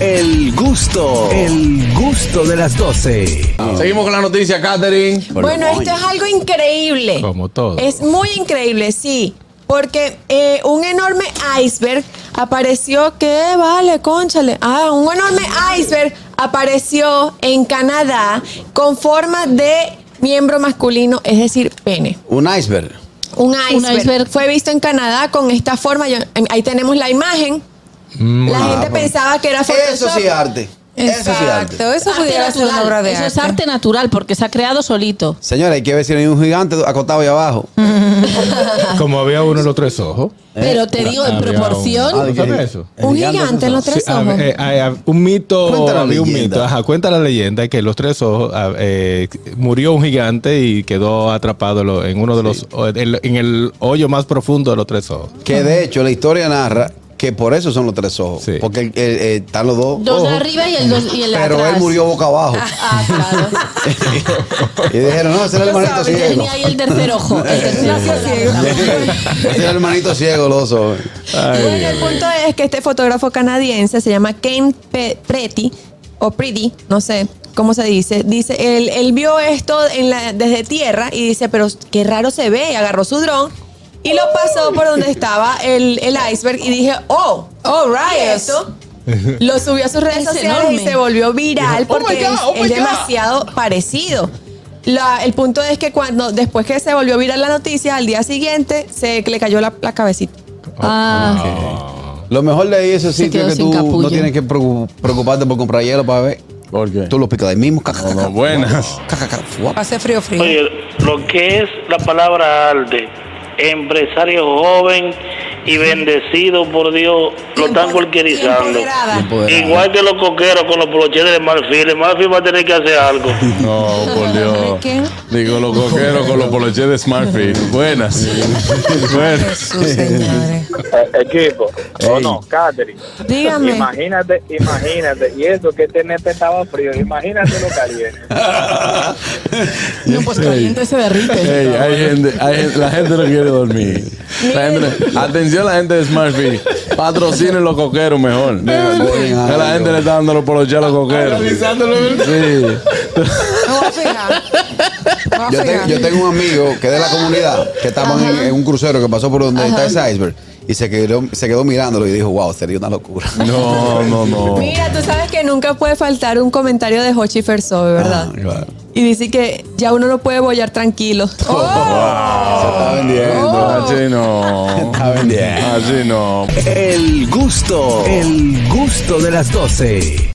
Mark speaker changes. Speaker 1: El gusto, el gusto de las 12.
Speaker 2: Seguimos con la noticia, Katherine.
Speaker 3: Bueno, esto es algo increíble.
Speaker 2: Como todo.
Speaker 3: Es muy increíble, sí. Porque eh, un enorme iceberg apareció que, vale, conchale. Ah, un enorme iceberg apareció en Canadá con forma de miembro masculino, es decir, pene.
Speaker 4: Un iceberg.
Speaker 3: Un iceberg.
Speaker 5: iceberg.
Speaker 3: Fue visto en Canadá con esta forma. Yo- ahí tenemos la imagen. la gente pensaba que
Speaker 4: Mm,
Speaker 3: era
Speaker 4: Eso sí es
Speaker 3: Photoshop.
Speaker 4: arte. Eso sí es arte.
Speaker 6: Exacto, eso
Speaker 5: Arte
Speaker 6: pudiera ser una
Speaker 5: natural.
Speaker 6: obra de
Speaker 5: Eso
Speaker 6: arte.
Speaker 5: es arte natural porque se ha creado solito.
Speaker 4: Señora, hay que ver si no hay un gigante acotado ahí abajo.
Speaker 5: Mm.
Speaker 3: Ah.
Speaker 2: Como había uno en los tres ojos.
Speaker 5: Pero te digo, en
Speaker 2: había
Speaker 5: proporción.
Speaker 2: ¿No
Speaker 4: ¿qué-
Speaker 2: sabes eso?
Speaker 4: el
Speaker 3: Un gigante en los tres
Speaker 2: Sí, a-
Speaker 3: ojos.
Speaker 2: eh, hay- hay un mito,
Speaker 4: Cuenta la
Speaker 2: había un
Speaker 4: leyenda.
Speaker 2: mito, ajá, cuenta la leyenda que en los tres ojos ah, eh, murió un gigante y quedó atrapado lo- en uno de los o- en- en el hoyo más profundo de los tres ojos.
Speaker 4: Que de hecho la historia narra que por eso son los tres ojos.
Speaker 2: Sí.
Speaker 4: Porque el- el- eh, están los dos.
Speaker 5: Dos de
Speaker 4: ojos,
Speaker 5: arriba y el dos y el de
Speaker 4: pero
Speaker 5: atrás.
Speaker 4: él murió boca abajo.
Speaker 5: Ah, claro.
Speaker 4: y dijeron, no, ese era el
Speaker 5: Yo
Speaker 4: hermanito
Speaker 5: sabía,
Speaker 4: ciego.
Speaker 5: tenía ahí el tercer ojo. el tercer ojo.
Speaker 4: Ese era el hermanito ciego, los ojos.
Speaker 3: Bueno, el punto es que este fotógrafo canadiense se llama Ken Pe- Pretty, o Pretty, no sé cómo se dice. Dice, él, él vio esto en la- desde tierra y dice, pero qué raro se ve. Y agarró su dron y lo pasó por
Speaker 2: Oh.
Speaker 3: donde estaba el, el iceberg y dije, oh,
Speaker 6: Oh,
Speaker 3: ¿qué es
Speaker 6: rayos.
Speaker 3: esto. Lo subió a sus redes
Speaker 5: Es
Speaker 3: sociales
Speaker 5: enorme.
Speaker 3: y se volvió viral
Speaker 2: Dijo, "Oh my
Speaker 3: porque
Speaker 2: God,
Speaker 3: es-
Speaker 2: oh
Speaker 3: es,
Speaker 2: my God".
Speaker 3: demasiado parecido. La- el punto es que cuando después que se volvió viral la noticia, al día siguiente se le cayó la- la cabecita.
Speaker 5: Ah,
Speaker 4: Lo mejor de ahí ese sitio
Speaker 5: quedó
Speaker 4: es que
Speaker 5: sin
Speaker 4: tú no
Speaker 5: capullo.
Speaker 4: tienes que preocu- preocuparte por comprar hielo para ver.
Speaker 7: ¿Por qué?
Speaker 4: Tú lo picas ahí mismo. caca,
Speaker 7: No,
Speaker 4: caca,
Speaker 7: no, buenas.
Speaker 4: caca, caca, guap.
Speaker 6: Hace frío, frío.
Speaker 8: Oye, lo que es la palabra alde, empresario joven y bendecido por Dios, lo están cualquierizando.
Speaker 3: Empoderada.
Speaker 4: Empoderado.
Speaker 8: Igual que los coqueros con los poloches de Marfil, el Marfil va a tener que hacer algo.
Speaker 7: No, por Dios. Digo, los coqueros con los poloches de Smartfit. Buenas. Buenas.
Speaker 6: Jesús, señores.
Speaker 9: Eh, equipo, o no, Catherine.
Speaker 3: Dígame.
Speaker 9: Imagínate, imagínate, y eso que este neta estaba frío, imagínate lo caliente.
Speaker 5: no, pues caliente se derrite.
Speaker 7: Ey, hay gente, hay gente- la gente no quiere dormir. La gente no- atención, la gente de Smartfit. Patrocinen los coqueros mejor.
Speaker 4: Bien,
Speaker 7: Ah. Que la gente le está dando los poloches a los coqueros. Sí.
Speaker 6: Me voy a fijar. Me voy a
Speaker 4: Yo, te-
Speaker 6: fijar.
Speaker 4: yo tengo un amigo que es de la comunidad que estaba en, en un crucero que pasó por donde está ese iceberg y se quedó, se quedó mirándolo y dijo, wow, sería una locura.
Speaker 7: No, no, no.
Speaker 3: Mira, tú sabes que nunca puede faltar un comentario de Hochi Fersobe, ¿verdad?
Speaker 4: claro.
Speaker 3: Y dice que ya uno no puede bollar tranquilo.
Speaker 4: Oh. Se está vendiendo.
Speaker 7: Así no.
Speaker 4: Está vendiendo.
Speaker 7: Así no.
Speaker 1: El gusto, el gusto de las 12.